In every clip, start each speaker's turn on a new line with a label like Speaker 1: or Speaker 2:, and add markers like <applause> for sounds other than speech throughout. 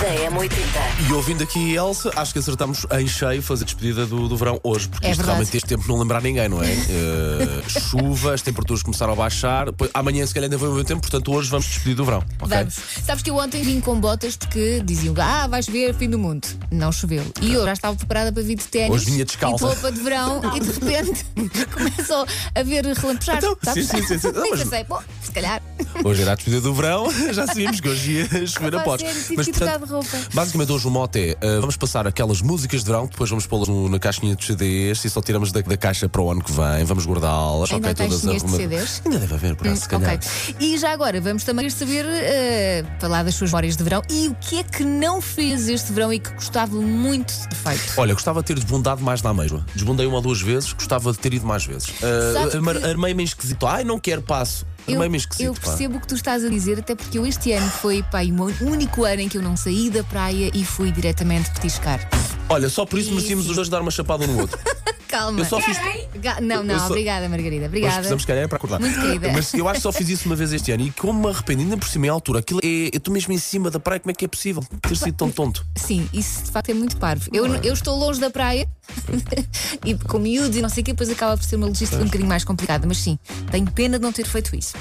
Speaker 1: da M80.
Speaker 2: E ouvindo aqui Elsa, acho que acertamos em cheio fazer a despedida do, do verão hoje, porque
Speaker 3: É
Speaker 2: isto
Speaker 3: verdade.
Speaker 2: realmente este tempo não lembrar ninguém,
Speaker 3: <laughs>
Speaker 2: não é? Eh, chuva, as temperaturas começaram a baixar, depois, amanhã se calhar ainda vai haver tempo, portanto hoje vamos despedir do verão, ok?
Speaker 3: Vamos. Sabes que eu ontem vim com botas porque diziam ah, vais ver fim do mundo. Não choveu. E eu já estava preparada para vir de ténis.
Speaker 2: Hoje vinha descalça.
Speaker 3: E de roupa de verão e de repente <laughs> começou a ver relampejar.
Speaker 2: Então,
Speaker 3: sabes?
Speaker 2: sim, sim, sim,
Speaker 3: <laughs>
Speaker 2: sim. Não,
Speaker 3: E
Speaker 2: mas-
Speaker 3: pensei, bom, se calhar.
Speaker 2: Hoje era a despedida do verão, <laughs> já sabíamos que hoje ia chover a
Speaker 3: Vai
Speaker 2: potes.
Speaker 3: ser, tive que trocar de roupa.
Speaker 2: basicamente hoje o mote é: eh, vamos passar aquelas músicas de verão, depois vamos pô-las no- na caixinha de CDs e só tiramos da, da caixa para o ano que vem, vamos guardá-las,
Speaker 3: Ainda
Speaker 2: ok?
Speaker 3: há
Speaker 2: Todas
Speaker 3: caixinhas de
Speaker 2: arruma-
Speaker 3: CDs?
Speaker 2: Ainda deve haver, por acaso, se calhar.
Speaker 3: Ok. E já agora vamos também saber eh, falar das suas memórias de verão e o que é que não fez este verão e que gostava muito de ter feito.
Speaker 2: Olha, gostava de ter desbundado mais na mesma. Desbundei uma ou duas vezes, gostava de ter ido mais vezes.
Speaker 3: Sabe
Speaker 2: Ah,
Speaker 3: que-
Speaker 2: amar- Armei-me em esquisito. Ai, não quero passo.
Speaker 3: Eu,
Speaker 2: Armei-me em é esquisito.
Speaker 3: eu
Speaker 2: pá.
Speaker 3: percebo o que tu estás a dizer, até porque eu este ano foi pá, e o meu único ano em que eu não saí da praia e fui diretamente petiscar.
Speaker 2: Olha, só por isso merecíamos
Speaker 3: Isso.
Speaker 2: os dois dar uma chapada um no outro.
Speaker 3: Calma.
Speaker 2: Eu só fiz-
Speaker 3: Ga- Não,
Speaker 2: eu
Speaker 3: não,
Speaker 2: só-
Speaker 3: obrigada, Margarida.
Speaker 2: Nós
Speaker 3: Obrigada.
Speaker 2: precisamos, se calhar, é para acordar.
Speaker 3: Muito querida.
Speaker 2: Mas eu acho que só fiz isso uma vez este ano e como me arrependi, ainda por cima em altura. Aquilo é. Eu estou mesmo em cima da praia, como é que é possível ter sido tão tonto?
Speaker 3: Sim, isso de facto é muito parvo. Eu, eu estou longe da praia <laughs> e com miúdos e não sei o quê, depois acaba por ser uma logística um bocadinho mais complicada, mas sim, tenho pena de não ter feito isso.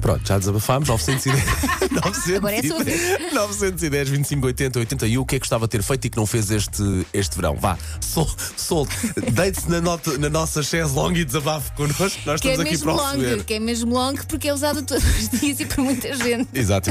Speaker 2: Pronto, já desabafámos. 910. <laughs> 910
Speaker 3: Agora é a sua vez.
Speaker 2: 910, 25, 80, 81. O que é que gostava de ter feito e que não fez este, este verão? Vá, sol, solte. Deite-se na, nota- na nossa chaise longue e desabafe connosco. Nós
Speaker 3: Que é
Speaker 2: estamos aqui
Speaker 3: mesmo
Speaker 2: para o
Speaker 3: longo,
Speaker 2: receber.
Speaker 3: que é mesmo longo porque é usado todos os dias e por muita gente.
Speaker 2: Exato.